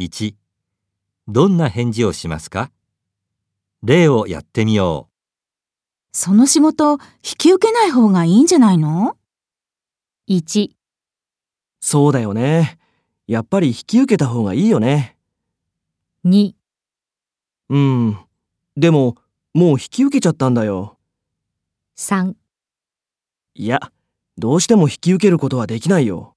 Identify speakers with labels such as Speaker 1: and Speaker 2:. Speaker 1: 1どんな返事をしますか例をやってみよ
Speaker 2: その仕事、引き受けない方がいいんじゃないの
Speaker 3: 1、
Speaker 4: そうだよね。やっぱり引き受けた方がいいよね。
Speaker 3: 2、
Speaker 4: うん。でも、もう引き受けちゃったんだよ。
Speaker 3: 3
Speaker 4: いや、どうしても引き受けることはできないよ。